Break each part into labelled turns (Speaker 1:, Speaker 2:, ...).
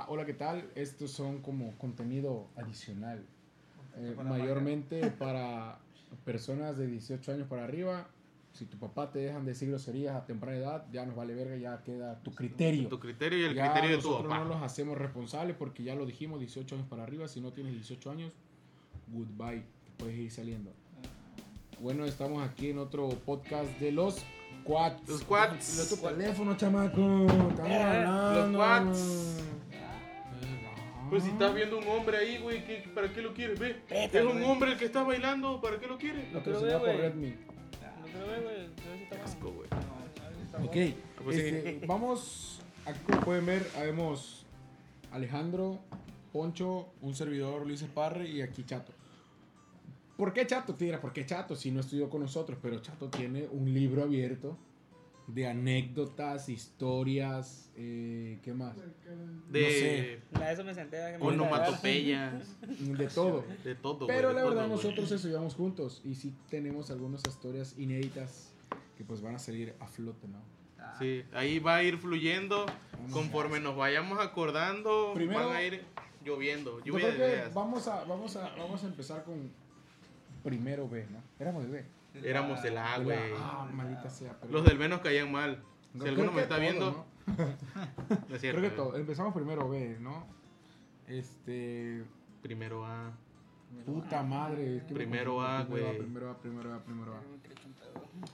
Speaker 1: Ah, hola, ¿qué tal? Estos son como contenido adicional. Eh, mayormente para personas de 18 años para arriba. Si tu papá te dejan decir groserías a temprana edad, ya nos vale verga, ya queda tu criterio.
Speaker 2: Tu criterio y el
Speaker 1: Ya
Speaker 2: criterio de tu
Speaker 1: nosotros
Speaker 2: papá.
Speaker 1: no los hacemos responsables porque ya lo dijimos, 18 años para arriba. Si no tienes 18 años, goodbye. Puedes ir saliendo. Bueno, estamos aquí en otro podcast de los Quads.
Speaker 2: Los Quads. Eh,
Speaker 1: Los teléfonos, chamaco. Estamos hablando.
Speaker 2: Quads.
Speaker 1: Ah.
Speaker 2: Pues si estás viendo un hombre ahí, güey, ¿qué- ¿para qué lo quieres? Ve, es un hombre el que está bailando, ¿para qué lo quieres?
Speaker 1: Lo
Speaker 3: Pero ve,
Speaker 1: patrocinado por
Speaker 3: güey.
Speaker 1: Redmi.
Speaker 3: No te lo veo, güey. Te ves está
Speaker 2: Asco, güey.
Speaker 1: Ok.
Speaker 2: pues
Speaker 1: este, vamos, aquí como pueden ver, habemos Alejandro, Poncho, un servidor, Luis Esparre y aquí Chato. ¿Por qué Chato? Tira, ¿por qué Chato? Si no estudió con nosotros, pero Chato tiene un libro abierto de anécdotas, historias, eh, ¿qué más?
Speaker 2: De
Speaker 3: La eso me senté. a que me
Speaker 2: onomatopeyas,
Speaker 1: De todo.
Speaker 2: de todo, güey,
Speaker 1: Pero
Speaker 2: de
Speaker 1: la
Speaker 2: todo,
Speaker 1: verdad
Speaker 2: güey.
Speaker 1: nosotros estudiamos juntos y sí tenemos algunas historias inéditas que pues van a salir a flote, ¿no?
Speaker 2: Sí, ahí va a ir fluyendo. Conforme nos vayamos acordando,
Speaker 1: Primero-
Speaker 2: van a ir lloviendo.
Speaker 1: Yo
Speaker 2: Lluvia
Speaker 1: creo
Speaker 2: de
Speaker 1: que
Speaker 2: ideas.
Speaker 1: vamos a, vamos a, vamos a empezar con primero B, ¿no? Éramos de B.
Speaker 2: Éramos el A, güey.
Speaker 1: Ah, maldita sea. pero-
Speaker 2: Los del menos caían mal. Si
Speaker 1: Creo
Speaker 2: alguno
Speaker 1: que
Speaker 2: me está
Speaker 1: todos,
Speaker 2: viendo,
Speaker 1: ¿no?
Speaker 2: no es
Speaker 1: Creo
Speaker 2: cierto, eh,
Speaker 1: que
Speaker 2: güey.
Speaker 1: todo. Empezamos primero B, ¿no? Este.
Speaker 2: Primero A.
Speaker 1: Puta madre. es que me
Speaker 2: Primero
Speaker 1: confundí.
Speaker 2: A,
Speaker 1: Primero
Speaker 2: güey.
Speaker 1: Primero A, primero A, primero A.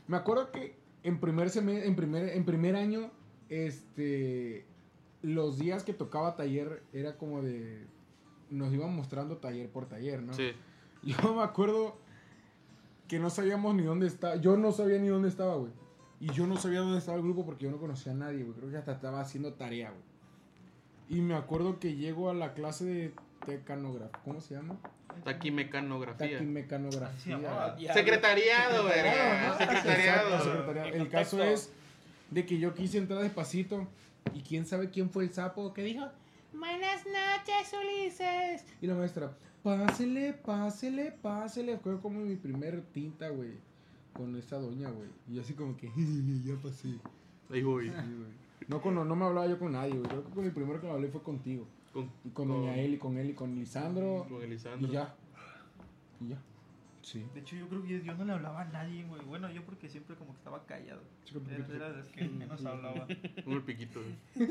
Speaker 1: Me acuerdo que en primer semestre, en primer, en primer año, este, los días que tocaba taller era como de, nos iban mostrando taller por taller, ¿no?
Speaker 2: Sí.
Speaker 1: Yo me acuerdo que no sabíamos ni dónde estaba, yo no sabía ni dónde estaba, güey. Y yo no sabía dónde estaba el grupo porque yo no conocía a nadie, güey. Creo que hasta estaba haciendo tarea, güey. Y me acuerdo que llego a la clase de tecanografía, ¿cómo se llama?
Speaker 2: Taquimecanografía.
Speaker 1: Taquimecanografía.
Speaker 2: Secretariado, güey.
Speaker 1: Secretariado, ¿no?
Speaker 2: Secretariado.
Speaker 1: Exacto, secretariado. El
Speaker 3: Contexto.
Speaker 1: caso es de que yo quise entrar despacito y quién sabe quién fue el sapo que dijo Buenas noches, Ulises. Y la maestra, pásele, pásele, pásele. Fue como mi primer tinta, güey, con esta doña, güey. Y yo así como que, ya pasé. Sí,
Speaker 2: Ahí voy.
Speaker 1: güey. No, con, no me hablaba yo con nadie, güey. Creo que con el primero que me hablé fue contigo.
Speaker 2: Con,
Speaker 1: Y con doña Eli, con Eli, con Lisandro.
Speaker 2: Con
Speaker 1: Oh, Y
Speaker 2: Elisandro.
Speaker 1: ya. Y ya. Sí.
Speaker 4: De hecho, yo creo que yo no le hablaba a nadie, güey. Bueno, yo porque siempre como que estaba callado. Era, era de los que menos hablaba.
Speaker 2: Con el piquito. güey.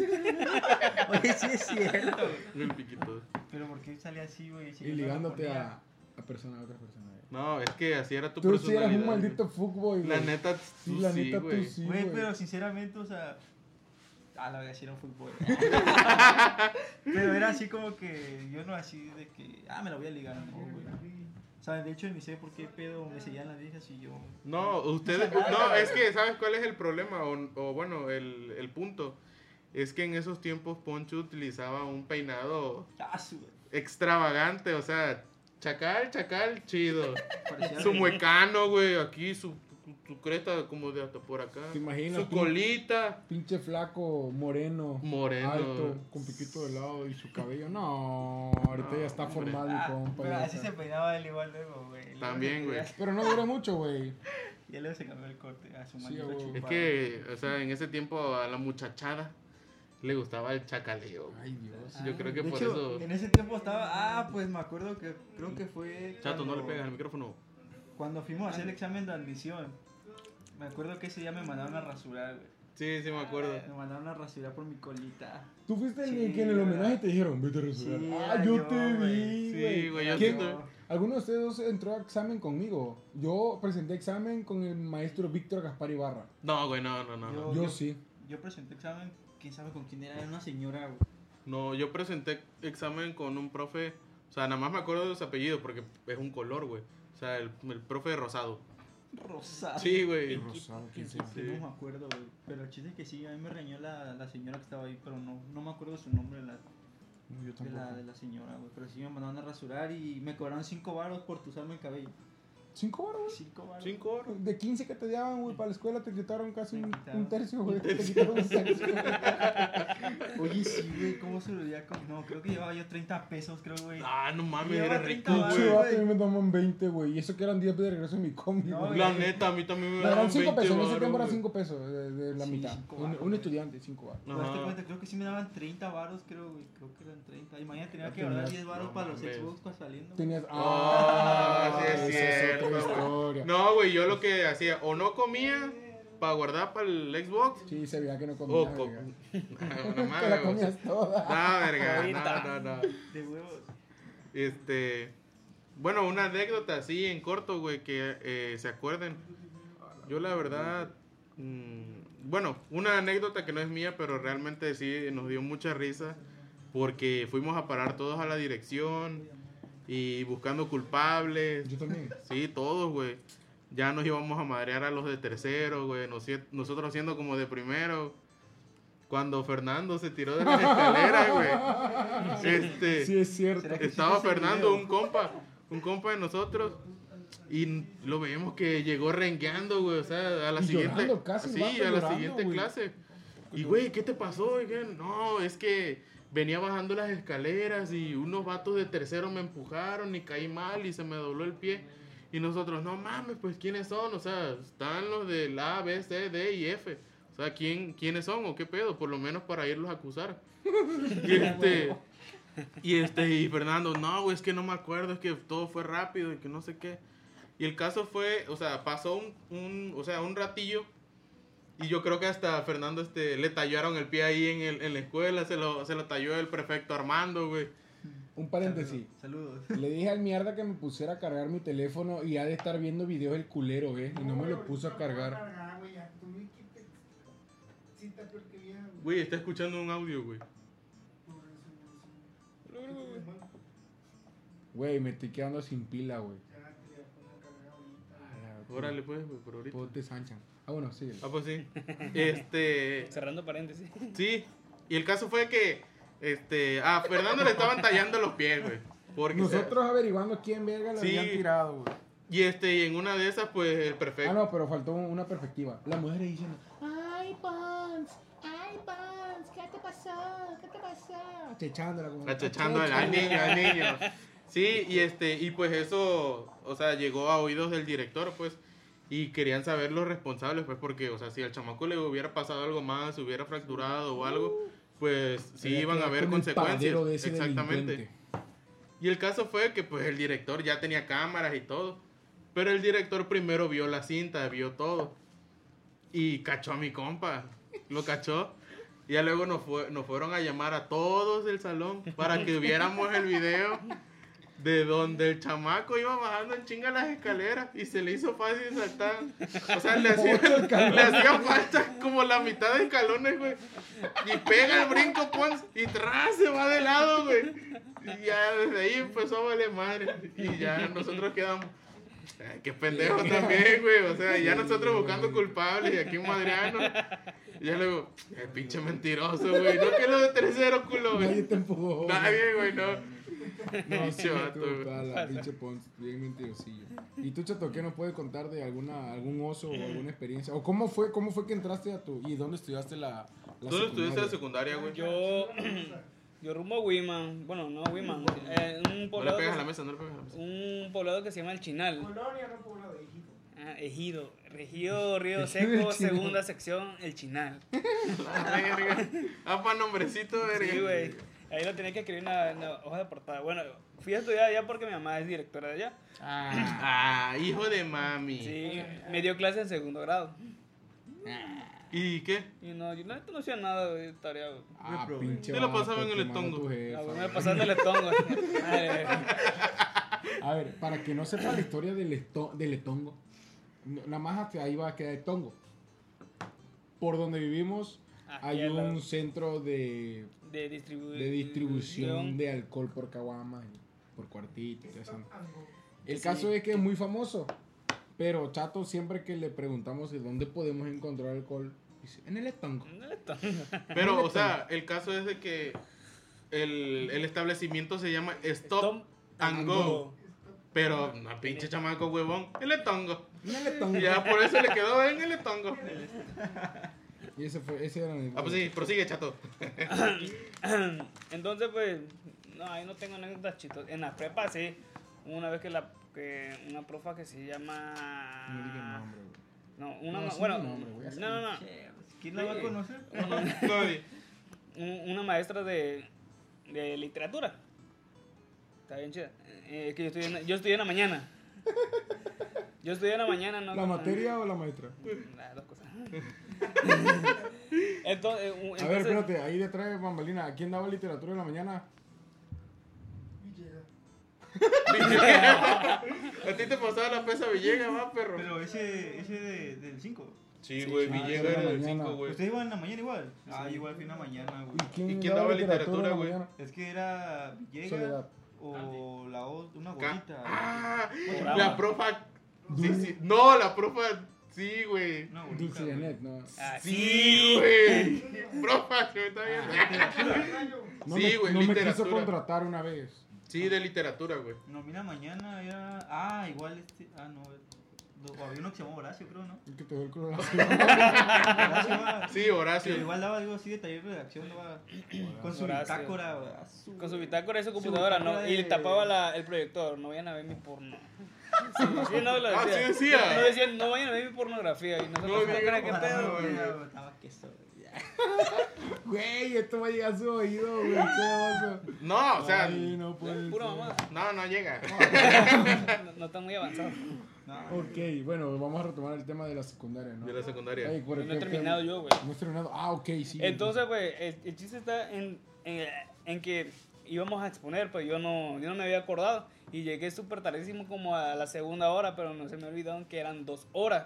Speaker 4: Oye, sí es cierto, güey.
Speaker 2: Con el piquito.
Speaker 4: Pero ¿por qué sale así, güey? Si
Speaker 1: Y
Speaker 4: yo no lo
Speaker 1: ligándote
Speaker 4: ponía.
Speaker 1: a, a persona, a otra persona. güey.
Speaker 2: No, es que así era tu
Speaker 1: Tú sí
Speaker 2: personalidad.
Speaker 1: eras un
Speaker 2: güey.
Speaker 1: maldito fuckboy, güey.
Speaker 2: La neta,
Speaker 1: Sí,
Speaker 2: tú
Speaker 1: la
Speaker 2: sí,
Speaker 1: neta,
Speaker 2: güey.
Speaker 1: tú sí,
Speaker 4: Güey,
Speaker 1: güey.
Speaker 4: pero sinceramente, o sea. A la verdad, sí era un fútbol. pero era así como que yo no así de que. Ah, me la voy a ligar, no, güey. O sea, de hecho, ni sé por qué pedo me seguían las viejas y yo.
Speaker 2: No, ustedes. No, es que, ¿sabes cuál es el problema? O, o bueno, el, el punto. Es que en esos tiempos Poncho utilizaba un peinado
Speaker 4: Ah, su, güey.
Speaker 2: extravagante, o sea, chacal, chacal, chido.
Speaker 4: Parecía
Speaker 2: Su muecano, güey, aquí, su, su cresta como de hasta por acá.
Speaker 1: ¿Te imaginas?
Speaker 2: Su colita,
Speaker 1: Pinche flaco, moreno,
Speaker 2: moreno.
Speaker 1: alto, con piquito de lado y su cabello. No, ahorita
Speaker 2: No,
Speaker 1: ya está
Speaker 2: hombre.
Speaker 1: formal mi
Speaker 4: Ah,
Speaker 1: compa.
Speaker 4: pero
Speaker 1: ya
Speaker 4: así
Speaker 1: está.
Speaker 4: se peinaba él igual luego, güey. Luego
Speaker 2: También,
Speaker 4: se-
Speaker 2: güey.
Speaker 1: Pero no dura mucho, güey.
Speaker 4: Y él se cambió el corte a su
Speaker 1: Sí,
Speaker 4: manito
Speaker 1: güey.
Speaker 4: chupado.
Speaker 2: Es que, o sea, en ese tiempo a la muchachada le gustaba el chacaleo. güey.
Speaker 1: Ay, Dios.
Speaker 2: Yo creo que
Speaker 4: De
Speaker 2: por
Speaker 4: hecho,
Speaker 2: eso.
Speaker 4: en ese tiempo estaba. Ah, pues me acuerdo que creo que fue.
Speaker 2: Chato, no le
Speaker 4: cuando-
Speaker 2: pegas al micrófono.
Speaker 4: Cuando fuimos a hacer el examen de admisión, me acuerdo que ese día me mandaron a rasurar, güey.
Speaker 2: Sí, sí, me acuerdo.
Speaker 4: Me mandaron a rasurar por mi colita.
Speaker 1: Tú fuiste el
Speaker 4: Sí,
Speaker 1: que en el
Speaker 4: era-
Speaker 1: homenaje te dijeron, vete a resolver.
Speaker 4: Sí,
Speaker 1: ah,
Speaker 4: era
Speaker 1: yo,
Speaker 4: yo,
Speaker 1: te
Speaker 4: güey.
Speaker 1: vi,
Speaker 2: Sí,
Speaker 1: güey.
Speaker 2: güey, yo
Speaker 1: ¿Quién-
Speaker 2: siento-
Speaker 1: Alguno de ustedes dos entró a examen conmigo. Yo presenté examen con el maestro Víctor Gaspar Ibarra.
Speaker 2: No, güey, no, no, no. no.
Speaker 4: Yo-
Speaker 1: Yo
Speaker 4: yo-
Speaker 1: sí.
Speaker 4: Yo presenté examen, quién sabe con quién era, era una señora, güey.
Speaker 2: No, yo presenté examen con un profe, o sea, nada más me acuerdo de su apellido porque es un color, güey. O sea, el, el profe de rosado.
Speaker 4: Rosada.
Speaker 2: Sí, güey.
Speaker 1: Rosado, quién
Speaker 4: Sí,
Speaker 1: sabe.
Speaker 2: Sí.
Speaker 4: No me acuerdo, güey. Pero el chiste es que sí, a mí me reñó la, la señora que estaba ahí, pero no, no me acuerdo su nombre de la,
Speaker 1: No, yo
Speaker 4: de
Speaker 1: tampoco.
Speaker 4: la, de la señora, güey. Pero sí me mandaron a rasurar y me cobraron 5 baros por tuzarme el cabello.
Speaker 1: Cinco baros, güey.
Speaker 4: 5 baros.
Speaker 2: Cinco horas.
Speaker 1: De 15 que te daban, güey, para la escuela te quitaron casi
Speaker 4: Me
Speaker 1: un,
Speaker 4: quitaron.
Speaker 1: un tercio, güey. Te quitaron un tercio.
Speaker 4: Oye, sí, güey, ¿cómo se lo diría? con- No, creo que llevaba yo 30 pesos, creo, güey.
Speaker 2: Ah, no mames,
Speaker 4: Lleva
Speaker 2: era
Speaker 4: 30
Speaker 2: rico,
Speaker 4: baros.
Speaker 1: Pinche
Speaker 2: güey.
Speaker 1: vato, a mí me toman 20, güey. Y eso que eran 10 de regreso en mi combi,
Speaker 4: No,
Speaker 1: güey.
Speaker 4: güey.
Speaker 2: La neta, a mí también me
Speaker 1: Me daban
Speaker 2: daban
Speaker 1: 5
Speaker 2: 20
Speaker 1: pesos, en ese
Speaker 2: baros,
Speaker 1: tiempo eran
Speaker 2: güey.
Speaker 1: 5 pesos. eh, de la
Speaker 4: Sí,
Speaker 1: mitad.
Speaker 4: cinco
Speaker 1: Un,
Speaker 4: varos,
Speaker 1: un
Speaker 4: güey.
Speaker 1: estudiante, 5 baros.
Speaker 4: Pero hazte cuenta, creo que sí me daban 30 varos, creo, güey. Creo que eran 30. Y mañana tenía
Speaker 1: Ya
Speaker 4: que guardar
Speaker 1: tenías-
Speaker 4: 10 varos
Speaker 2: no
Speaker 4: para los
Speaker 2: mames.
Speaker 4: Xbox para saliendo. güey.
Speaker 1: Tenías.
Speaker 2: Ah, sí es
Speaker 1: esa otra
Speaker 2: cierto, güey.
Speaker 1: historia.
Speaker 2: No, güey, yo lo que hacía, o no comía para guardar para el Xbox,
Speaker 1: Sí, se veía que no comías.
Speaker 2: o co-
Speaker 1: verga. Te
Speaker 2: No, no
Speaker 1: la
Speaker 2: mames, güey.
Speaker 1: comías toda.
Speaker 2: pues, No, verga,
Speaker 3: Ahorita.
Speaker 2: no, no, no.
Speaker 4: De huevos.
Speaker 2: Este, bueno, una anécdota así en corto, güey, que eh, se acuerden. Yo la verdad, mm, bueno, una anécdota que no es mía, pero realmente sí nos dio mucha risa porque fuimos a parar todos a la dirección y buscando culpables.
Speaker 1: Yo también.
Speaker 2: Sí, todos, güey. Ya nos íbamos a madrear a los de tercero, güey. nos- Nosotros siendo como de primero. Cuando Fernando se tiró de las escaleras, güey. Este,
Speaker 1: Sí, es cierto.
Speaker 4: ¿Será que sí
Speaker 2: estaba
Speaker 4: existe ese
Speaker 2: Fernando,
Speaker 4: video?
Speaker 2: un compa, un compa de nosotros. Y n- lo vemos que llegó rengueando, güey. O sea, a la
Speaker 1: Y
Speaker 2: siguiente.
Speaker 1: llorando, casi el
Speaker 2: sí,
Speaker 1: vato
Speaker 2: a la
Speaker 1: llorando,
Speaker 2: siguiente
Speaker 1: güey.
Speaker 2: clase. Y, güey, ¿qué te pasó? Y, que, no, es que venía bajando las escaleras y unos vatos de tercero me empujaron y caí mal y se me dobló el pie. Y nosotros, no mames, pues ¿quiénes son? O sea, están los del A, B, C, D y F. O sea, ¿quién, ¿quiénes son o qué pedo? Por lo menos para irlos a acusar. Y este, y este, y Fernando, no, güey, es que no me acuerdo, es que todo fue rápido y que no sé qué. Y el caso fue, o sea, pasó un, un- o sea, un ratillo y yo creo que hasta a Fernando este, le tallaron el pie ahí en, el- en la escuela, se lo, se lo talló el prefecto Armando, güey.
Speaker 1: Un paréntesis.
Speaker 4: Saludos.
Speaker 1: Le dije al mierda que me pusiera a cargar mi teléfono y ha de estar viendo videos el culero, ¿eh? Y no me lo puso a cargar.
Speaker 2: Güey, está escuchando un audio, güey.
Speaker 1: Güey, me estoy quedando sin pila, güey. Ah, la-
Speaker 2: Órale, pues, güey, por ahorita.
Speaker 1: Pote Sancha. Ah, bueno, sí.
Speaker 2: Ah, pues sí. Este,
Speaker 3: Cerrando paréntesis.
Speaker 2: sí. Y el caso fue que, este, a Fernando le estaban tallando los pies, güey. Porque
Speaker 1: Nosotros averiguando quién verga lo
Speaker 2: Sí.
Speaker 1: habían tirado, güey.
Speaker 2: Y este, y en una de esas, pues, el
Speaker 1: Ah,
Speaker 2: prefecto.
Speaker 1: no, pero faltó un- una perspectiva. La mujer diciendo, ay, Pons, ay, Pons, ¿qué te pasó? ¿Qué te pasó? Chechándola como...
Speaker 2: Está chachando al, al niño, al niño. Sí, y este, y pues eso, o sea, llegó a oídos del director, pues, y querían saber los responsables, pues, porque, o sea, si al chamaco le hubiera pasado algo más, se hubiera fracturado o algo, pues sí
Speaker 1: Era
Speaker 2: iban a
Speaker 1: que
Speaker 2: haber
Speaker 1: con el
Speaker 2: consecuencias.
Speaker 1: paradero de ese
Speaker 2: Exactamente.
Speaker 1: delincuente.
Speaker 2: Y el caso fue que pues el director ya tenía cámaras y todo. Pero el director primero vio la cinta, vio todo. Y cachó a mi compa. Lo cachó. Y ya luego nos, fue- nos fueron a llamar a todos del salón para que viéramos el video de donde el chamaco iba bajando en chinga las escaleras y se le hizo fácil saltar. O sea, le hacía,
Speaker 1: Ocho escalones.
Speaker 2: le hacía falta como la mitad de escalones, güey. Y pega el brinco, Pons, y tras se va de lado, güey. Y ya desde ahí empezó a valer madre. Y ya nosotros quedamos. "Ay, Qué pendejo también, güey. O sea, ya nosotros buscando culpables y aquí en Madriano. Y ya luego, el pinche mentiroso, güey. No quiero de tercero, culo,
Speaker 1: Nadie
Speaker 2: güey.
Speaker 1: te empujó.
Speaker 2: Nadie, güey, no.
Speaker 1: No,
Speaker 2: Pinche
Speaker 1: sí,
Speaker 2: vato,
Speaker 1: tú,
Speaker 2: güey.
Speaker 1: toda la pinche Pons, bien mentirosillo. ¿Y tú, Chato, qué nos puedes contar de alguna, algún oso o alguna experiencia? ¿O cómo fue, cómo fue que entraste a tu... y dónde estudiaste la, la
Speaker 2: Tú no estuviste en la
Speaker 1: secundaria?
Speaker 2: secundaria, güey.
Speaker 3: Yo. Yo rumbo a Wiman. Bueno, no a Wiman. eh, un
Speaker 2: No le
Speaker 3: poblado. que
Speaker 2: pegas a la
Speaker 3: se-
Speaker 2: mesa, no le pegas a la mesa.
Speaker 3: Un poblado que se llama El Chinal.
Speaker 5: Colonia no poblado, hijito.
Speaker 3: Ah, Ejido. Regido, Río
Speaker 1: El
Speaker 3: Seco,
Speaker 1: Chinal.
Speaker 3: segunda sección, El Chinal.
Speaker 2: La verga. Ah, pa' nombrecito, verga.
Speaker 3: Sí, güey. Ahí lo tenía que escribir en la, en la hoja de portada. Bueno, fui a estudiar allá porque mi mamá es directora de allá.
Speaker 2: Ah, hijo de mami.
Speaker 3: Sí, me dio clase en segundo grado.
Speaker 2: ¿Y qué?
Speaker 3: Y no, yo no, no hacía nada de tarea, güey.
Speaker 1: Ah,
Speaker 4: Reprobé.
Speaker 1: pinche
Speaker 2: Te lo
Speaker 1: vato,
Speaker 2: pasaba en el
Speaker 1: quemando a tu
Speaker 2: estongo.
Speaker 1: jefa,
Speaker 3: La
Speaker 1: güey.
Speaker 3: buena me pasaba el estongo. güey. Madre, güey.
Speaker 1: A ver, para que no sepa la historia del, esto- del etongo, no- nada más hasta ahí va a quedar etongo. Por donde vivimos
Speaker 3: Aquí
Speaker 1: hay
Speaker 3: al lado.
Speaker 1: un centro de,
Speaker 3: de, distribu-
Speaker 1: de distribución de alcohol por caguama, y por cuartito. y todo eso. El caso es que es muy famoso, pero Chato siempre que le preguntamos de dónde podemos encontrar alcohol, dice, en el etongo.
Speaker 3: No es tan-
Speaker 2: Pero, o sea, el caso es de que el, el establecimiento se llama Stop
Speaker 3: Tom
Speaker 2: and Go. Pero, una pinche chamaco huevón, el etongo.
Speaker 1: En el etongo.
Speaker 2: Ya por eso le quedó en el etongo.
Speaker 1: Y ese, fue, ese era el
Speaker 2: Ah, pues sí, prosigue, chato.
Speaker 3: Entonces, pues, no, ahí no tengo anécdotas chistosas. En la prepa, sí. Una vez que la que una profa que se
Speaker 1: No diga el
Speaker 3: llama.
Speaker 1: nombre, güey.
Speaker 3: No, una.
Speaker 1: No, sí,
Speaker 3: bueno,
Speaker 1: no, hombre, güey, así.
Speaker 3: no, no, no.
Speaker 2: pues,
Speaker 4: ¿Quién la va a
Speaker 3: Sí.
Speaker 4: conocer?
Speaker 2: Nadie.
Speaker 3: un- una maestra de, de literatura. Está bien chida. Eh, es que yo estudié, en, la- yo estudié en la mañana. Yo estudié en la mañana, ¿no?
Speaker 1: ¿La materia o la maestra?
Speaker 3: Las dos cosas. entonces, eh, un-
Speaker 1: A ver,
Speaker 3: entonces-
Speaker 1: espérate, ahí detrás de Bambalina, ¿a quién daba literatura en la mañana?
Speaker 2: A ti te pasaba la pesa Villegas, va, perro.
Speaker 4: Pero ese, ese de- del 5.
Speaker 2: Sí, güey,
Speaker 1: sí.
Speaker 2: Villegas
Speaker 1: Ah,
Speaker 2: era
Speaker 1: era
Speaker 2: del
Speaker 1: mañana.
Speaker 2: 5, güey.
Speaker 4: ¿Ustedes iban en la mañana igual? Ah, igual fui en la mañana, güey.
Speaker 2: ¿Y quién daba literatura,
Speaker 1: en la
Speaker 2: güey?
Speaker 1: mañana?
Speaker 4: Es que era
Speaker 1: Soledad.
Speaker 4: Villegas o la otra, una
Speaker 2: Ca-
Speaker 4: gordita.
Speaker 2: Ah,
Speaker 3: Brava.
Speaker 2: la profa. Sí, sí. No, la profa. Sí, güey.
Speaker 4: Una gordita,
Speaker 1: Dulce
Speaker 4: güey.
Speaker 1: Janet, no.
Speaker 3: Ah,
Speaker 2: Sí, Ah. güey. Profa, se me está bien.
Speaker 1: No
Speaker 2: Sí,
Speaker 1: me-
Speaker 2: güey,
Speaker 1: No me quiso
Speaker 2: literatura.
Speaker 1: contratar una vez.
Speaker 2: Sí, de literatura, güey.
Speaker 4: No, mira, mañana era... Ah, igual este... Ah, no. do- o había uno que se llamaba Horacio, creo, ¿no?
Speaker 1: El que te dio el culo.
Speaker 4: Horacio iba-
Speaker 2: Sí,
Speaker 4: Pero
Speaker 2: Horacio.
Speaker 4: igual daba algo así de taller de redacción, daba con su
Speaker 3: Horacio.
Speaker 4: bitácora. güey, a su-
Speaker 3: Con su bitácora y su computadora, ¿no?
Speaker 4: bitácora
Speaker 3: Y
Speaker 4: de-
Speaker 3: tapaba la- el proyector, no vayan a ver mi porno. Sí, sí, no lo decía.
Speaker 2: Ah, sí decía.
Speaker 3: No decían, no vayan a ver mi pornografía. Y nosotros,
Speaker 2: No,
Speaker 3: "Cara,
Speaker 2: digo,
Speaker 3: ¿qué
Speaker 4: Ojalá
Speaker 3: pedo?"
Speaker 4: no
Speaker 2: güey?
Speaker 4: hubiera- Estaba queso, güey.
Speaker 1: Güey, esto va a llegar a su oído, güey. ¿Qué oso.
Speaker 2: No, o sea.
Speaker 1: Ay, no puede
Speaker 3: Puro
Speaker 1: ser.
Speaker 3: mamá.
Speaker 2: No, no llega.
Speaker 3: No, no está muy avanzado.
Speaker 4: No,
Speaker 1: Ok, bueno, vamos a retomar el tema de la secundaria, ¿no?
Speaker 2: De la
Speaker 1: Ay,
Speaker 2: secundaria.
Speaker 1: por
Speaker 3: No he
Speaker 1: ejemplo,
Speaker 3: terminado yo, güey.
Speaker 1: No he terminado. Ah, ok, sí.
Speaker 3: Entonces, pues, el, el chiste está en, en, en que íbamos a exponer, pues yo no, yo no me había acordado. Y llegué súper tardísimo como a la segunda hora, pero no se me olvidaron que eran dos horas.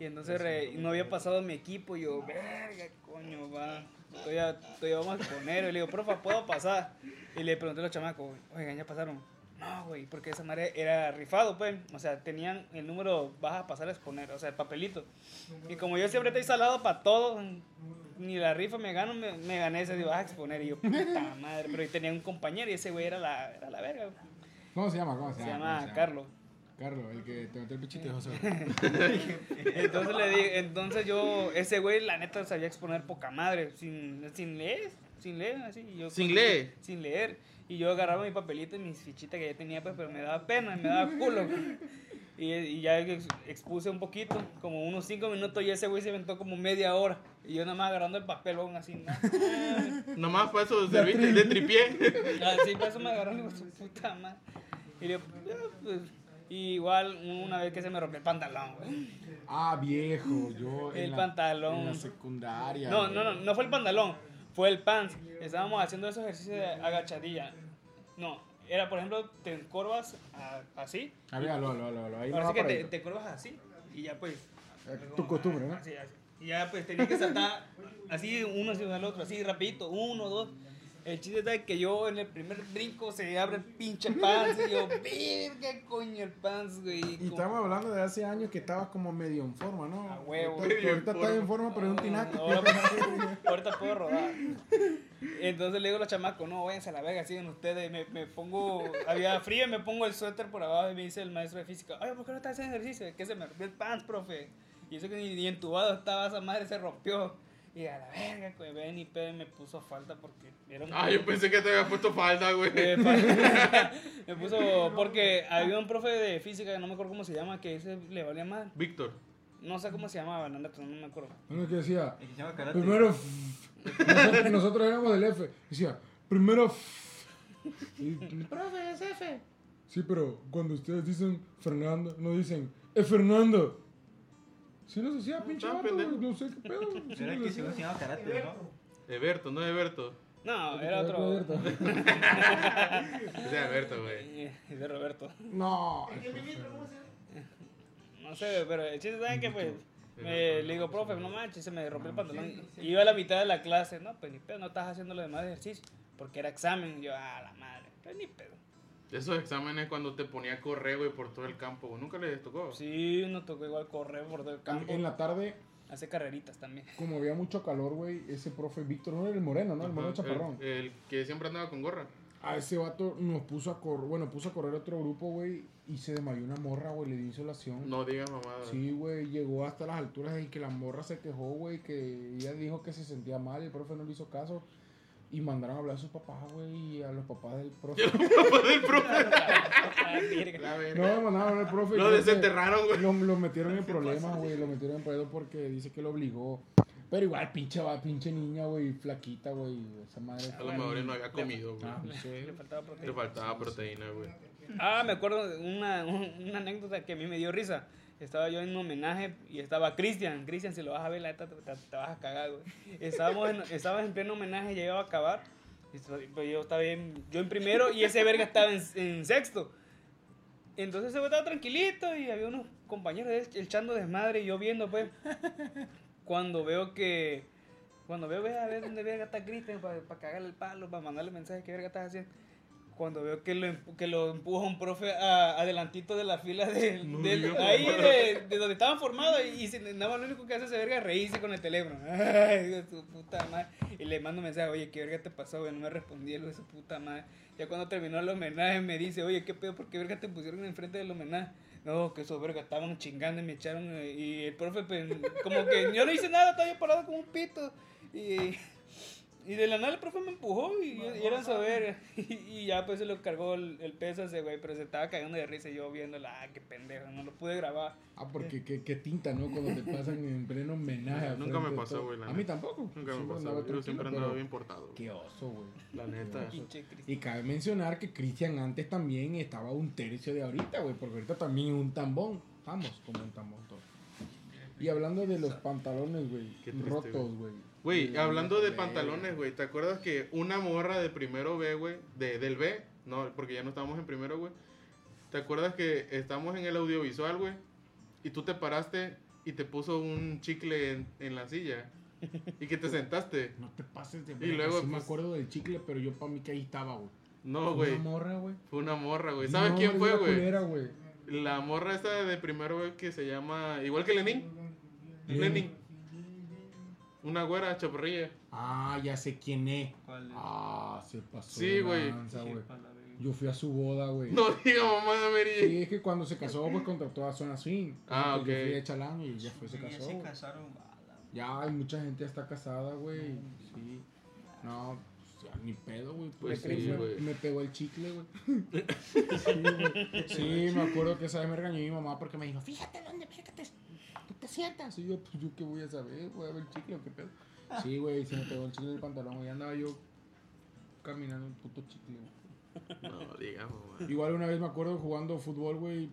Speaker 3: Y entonces re- no había pasado mi equipo. Y yo, verga, coño, va. Todavía, todavía vamos a exponer. Y le digo, profa, ¿puedo pasar? Y le pregunté a los chamacos, oigan, ya pasaron. No, güey, porque esa madre era rifado, pues. O sea, tenían el número, vas a pasar a exponer, o sea, el papelito. Y como yo siempre estoy salado para todo, ni la rifa me gano, me, me gané ese, digo, vas a exponer. Y yo, puta madre, pero yo tenía un compañero y ese güey era la, era la verga. güey.
Speaker 1: ¿Cómo se llama? ¿Cómo se,
Speaker 3: Se
Speaker 1: llama?
Speaker 3: llama
Speaker 1: ¿Cómo se
Speaker 3: Carlos.
Speaker 1: Carlos, el que te metió el pichito de José.
Speaker 3: Entonces le dije, entonces yo, ese güey, la neta, sabía exponer poca madre, sin, sin leer, sin leer, así. y yo-
Speaker 2: Sin leer.
Speaker 3: Sin leer. Y yo agarraba mi papelito y mis fichitas que ya tenía, pues, pero me daba pena, me daba culo. güey. Y, y ya ex- expuse un poquito, como unos cinco minutos, y ese güey se inventó como media hora. Y yo nada más agarrando el papel, aún así, ¿no?
Speaker 2: Nomás para eso serviste de tripié.
Speaker 3: Así, por Ah, eso me agarró y su puta madre. Y yo, "Ah, pues", y igual una vez que se me rompió el pantalón, güey.
Speaker 1: Ah, viejo, yo. en
Speaker 3: El
Speaker 1: la-
Speaker 3: pantalón.
Speaker 1: En la secundaria.
Speaker 3: No,
Speaker 1: güey.
Speaker 3: no, no, no fue el pantalón, fue el pants. Estábamos haciendo esos ejercicios de agachadilla. No, era por ejemplo, te encorvas a- así.
Speaker 1: A ver, aló, aló, aló, aló, Ahí no
Speaker 3: Ahora
Speaker 1: va
Speaker 3: sí que
Speaker 1: para
Speaker 3: te,
Speaker 1: ahí.
Speaker 3: te encorvas así y ya pues.
Speaker 1: Eh, Tu costumbre, ¿no?
Speaker 3: Así, así. Y ya pues tenía que saltar así uno encima del otro, así rapidito, uno, dos. El chiste está que yo en el primer brinco se abre el pinche pants y yo, verga coño el pants, güey.
Speaker 1: Y
Speaker 3: Como-
Speaker 1: estamos hablando de hace años que estabas como medio en forma, ¿no?
Speaker 3: A huevo.
Speaker 1: Ahorita,
Speaker 2: Medio en
Speaker 1: ahorita estás en forma, pero es un
Speaker 3: No, no,
Speaker 1: tinaco.
Speaker 3: ahora, puedo- ahorita puedo rodar. Entonces le digo a los chamacos, no, váyanse a la verga, siguen ustedes. Me, me pongo, había frío, y me pongo el suéter por abajo y me dice el maestro de física, oye, ¿por qué no estás haciendo ejercicio? Es Que se me rompió el pants, profe. Y eso que ni, ni entubado estaba, esa madre se rompió. Y a la verga, que ven y pe- me puso falta porque era un-
Speaker 2: Ah, yo pensé que te había puesto falda, güey.
Speaker 3: eh, pa- me puso porque había un profe de física, que no me acuerdo cómo se llama, que ese le valía mal.
Speaker 2: Víctor.
Speaker 3: No sé cómo se llamaba, la neta, no me acuerdo.
Speaker 1: Uno que decía,
Speaker 4: El que se llama karate.
Speaker 1: primero. nosotros, nosotros éramos del F. Decía, primero. Y,
Speaker 5: Profe, es F.
Speaker 1: sí, pero cuando ustedes dicen Fernando, no dicen, ¡es Fernando! Sí nos decía, pinche
Speaker 2: estaba
Speaker 1: vato,
Speaker 2: pendejo.
Speaker 1: no sé qué pedo. sí
Speaker 4: Era el
Speaker 1: nos
Speaker 4: que se
Speaker 1: decía.
Speaker 4: llama karate, ¿no?
Speaker 2: Eberto, no Eberto.
Speaker 3: No, era otro.
Speaker 1: Roberto.
Speaker 2: Es de Alberto, güey.
Speaker 3: Eh, De Roberto.
Speaker 1: No.
Speaker 3: No sé, pero el chiste saben que pues me- le digo, profe, no manches, se me rompió el pantalón. Y Iba a la mitad de la clase, no, pues ni pedo, no estás haciendo los demás ejercicios. Porque era examen, y yo, a la madre, pues ni pedo.
Speaker 2: Esos exámenes cuando te ponía a correr, güey, por todo el campo. güey. Nunca les tocó.
Speaker 3: Sí, nos tocó igual correr por todo el campo.
Speaker 1: En la tarde,
Speaker 3: Hace carreritas también.
Speaker 1: como había mucho calor, güey, ese profe Víctor, no era el moreno, ¿no? El moreno
Speaker 2: Ajá,
Speaker 1: chaparrón.
Speaker 2: El, el que siempre andaba con gorra.
Speaker 1: A ese vato nos puso a correr, bueno, puso a correr otro grupo, güey, y se desmayó una morra, güey, le dio insolación.
Speaker 2: No digas mamada.
Speaker 1: Sí, güey, llegó hasta las alturas en que la morra se quejó, güey, que ella dijo que se sentía mal, el profe no le hizo caso. Y mandaron a hablar a sus papás, güey, y a los papás del profe.
Speaker 2: Del profe.
Speaker 3: Ah, verga.
Speaker 1: No,
Speaker 2: La verga.
Speaker 1: mandaron a hablar al profe. y
Speaker 2: Lo
Speaker 1: creo que
Speaker 2: desenterraron, güey.
Speaker 1: Lo, lo metieron en problemas, güey, lo metieron en problemas porque dice que lo obligó Pero igual, pinche, va, pinche niña, güey, flaquita, güey. Esa madre.
Speaker 2: A lo mejor y no había comido, güey.
Speaker 1: Ah,
Speaker 3: Le faltaba proteína.
Speaker 2: Le faltaba proteína, güey.
Speaker 3: Ah, me acuerdo de una, un- una anécdota que a mí me dio risa. Estaba yo en un homenaje y estaba Cristian. Cristian, si lo vas a ver, la neta, te, te- te vas a cagar, güey. Estábamos en, estabas en pleno homenaje, ya iba a acabar. Y estaba- pues yo estaba en, yo en primero y ese verga estaba en, en sexto. Entonces se estaba tranquilito y había unos compañeros de él echando desmadre y yo viendo, pues. Cuando veo que. Cuando veo, ve a ver dónde verga está Cristian para cagarle el palo, para mandarle mensajes que verga estás haciendo. Cuando veo que lo, empu- que lo empuja un profe a- adelantito de la fila de,
Speaker 2: No
Speaker 3: de-
Speaker 2: digas
Speaker 3: ahí
Speaker 2: mamadas.
Speaker 3: de, de donde estaban formados y, se- nada más lo único que hace ese verga es reírse con el teléfono. Ay, hijo de su puta madre. Y le mando un mensaje, oye, ¿qué verga te pasó? güey? no me respondí, hijo de su puta madre. Ya cuando terminó el homenaje me dice, oye, ¿qué pedo? ¿Por qué verga te pusieron enfrente del homenaje? No, que esos verga estaban chingando y me echaron. eh, Y el profe, pues, como que yo no hice nada, estaba yo parado como un pito. Y, y de la nada el profe me empujó y, yo- y eran su verga. Y, y ya pues se lo cargó el, el peso a ese güey, pero se estaba cayendo de risa y yo viéndola, ah, qué pendejo, no lo pude grabar.
Speaker 1: Ah, porque qué, qué tinta, ¿no? Cuando te pasan en pleno homenaje. al
Speaker 2: Nunca me
Speaker 1: frente de
Speaker 2: pasó,
Speaker 1: todo.
Speaker 2: güey, la
Speaker 1: A mí
Speaker 2: neta.
Speaker 1: tampoco.
Speaker 2: Nunca me
Speaker 1: Siempre
Speaker 2: pasó.
Speaker 1: andaba
Speaker 2: güey. Yo siempre
Speaker 1: tranquilo,
Speaker 2: andaba
Speaker 1: pero
Speaker 2: bien portado, güey.
Speaker 1: Qué oso, güey.
Speaker 2: La neta.
Speaker 3: Pinche Cristian.
Speaker 1: Y cabe mencionar que Cristian antes también estaba un tercio de ahorita, güey, porque ahorita también un tambón. Estamos como un tambón todos. Y hablando de los pantalones, güey,
Speaker 2: Qué triste,
Speaker 1: rotos, güey.
Speaker 2: Güey,
Speaker 1: Eh,
Speaker 2: hablando de
Speaker 1: güey.
Speaker 2: pantalones, güey, ¿te acuerdas que una morra de primero B, güey, de, del B, no, porque ya no estábamos en primero, güey, ¿te acuerdas que estamos en el audiovisual, güey? Y tú te paraste y te puso un chicle en, en la silla y que te sentaste.
Speaker 1: No te pases de
Speaker 2: Y
Speaker 1: verga,
Speaker 2: luego,
Speaker 1: sí me
Speaker 2: pues-
Speaker 1: acuerdo del chicle, pero yo para mí que ahí estaba, güey.
Speaker 2: No,
Speaker 1: Fue
Speaker 2: güey,
Speaker 1: Una morra, güey.
Speaker 2: fue una morra, güey. ¿Sabes
Speaker 1: No,
Speaker 2: quién
Speaker 1: hombre, una
Speaker 2: fue, güey?
Speaker 1: culera, güey?
Speaker 2: La morra esa de primero B que se llama, igual que Lenin, Lenin. Una güera chaparrilla.
Speaker 1: Ah, ya sé quién es.
Speaker 4: ¿Cuál es?
Speaker 1: Ah, se pasó.
Speaker 2: Sí,
Speaker 1: de
Speaker 2: güey.
Speaker 1: lanza,
Speaker 4: Qué
Speaker 1: güey.
Speaker 4: pala, güey.
Speaker 1: Yo fui a su boda, güey.
Speaker 2: No diga mamá de Mary.
Speaker 1: Sí, es que cuando se casó, pues contrató a Zona Swing.
Speaker 2: Ah,
Speaker 1: Entonces,
Speaker 2: ok.
Speaker 1: Yo fui a Chalán y ya fue, se
Speaker 4: Sí, ya
Speaker 1: casó.
Speaker 4: se
Speaker 1: güey.
Speaker 4: casaron. ala,
Speaker 1: Ya, hay mucha gente ya está casada, güey. Sí. No, o sea, ni pedo, güey.
Speaker 2: Pues
Speaker 1: Me-
Speaker 2: sí,
Speaker 1: me-
Speaker 2: güey.
Speaker 1: Me pegó el chicle, güey. sí, güey. Sí, me acuerdo que esa vez me regañó mi mamá porque me dijo, fíjate dónde, fíjate, tú te sientas. Y yo, pues, ¿yo qué voy a saber? ¿Voy a ver el chicle o qué pedo? Sí, güey, se me pegó el chicle del pantalón, güey. Andaba yo caminando un puto chicle, güey.
Speaker 2: No diga mamá.
Speaker 1: Igual una vez me acuerdo jugando fútbol, güey.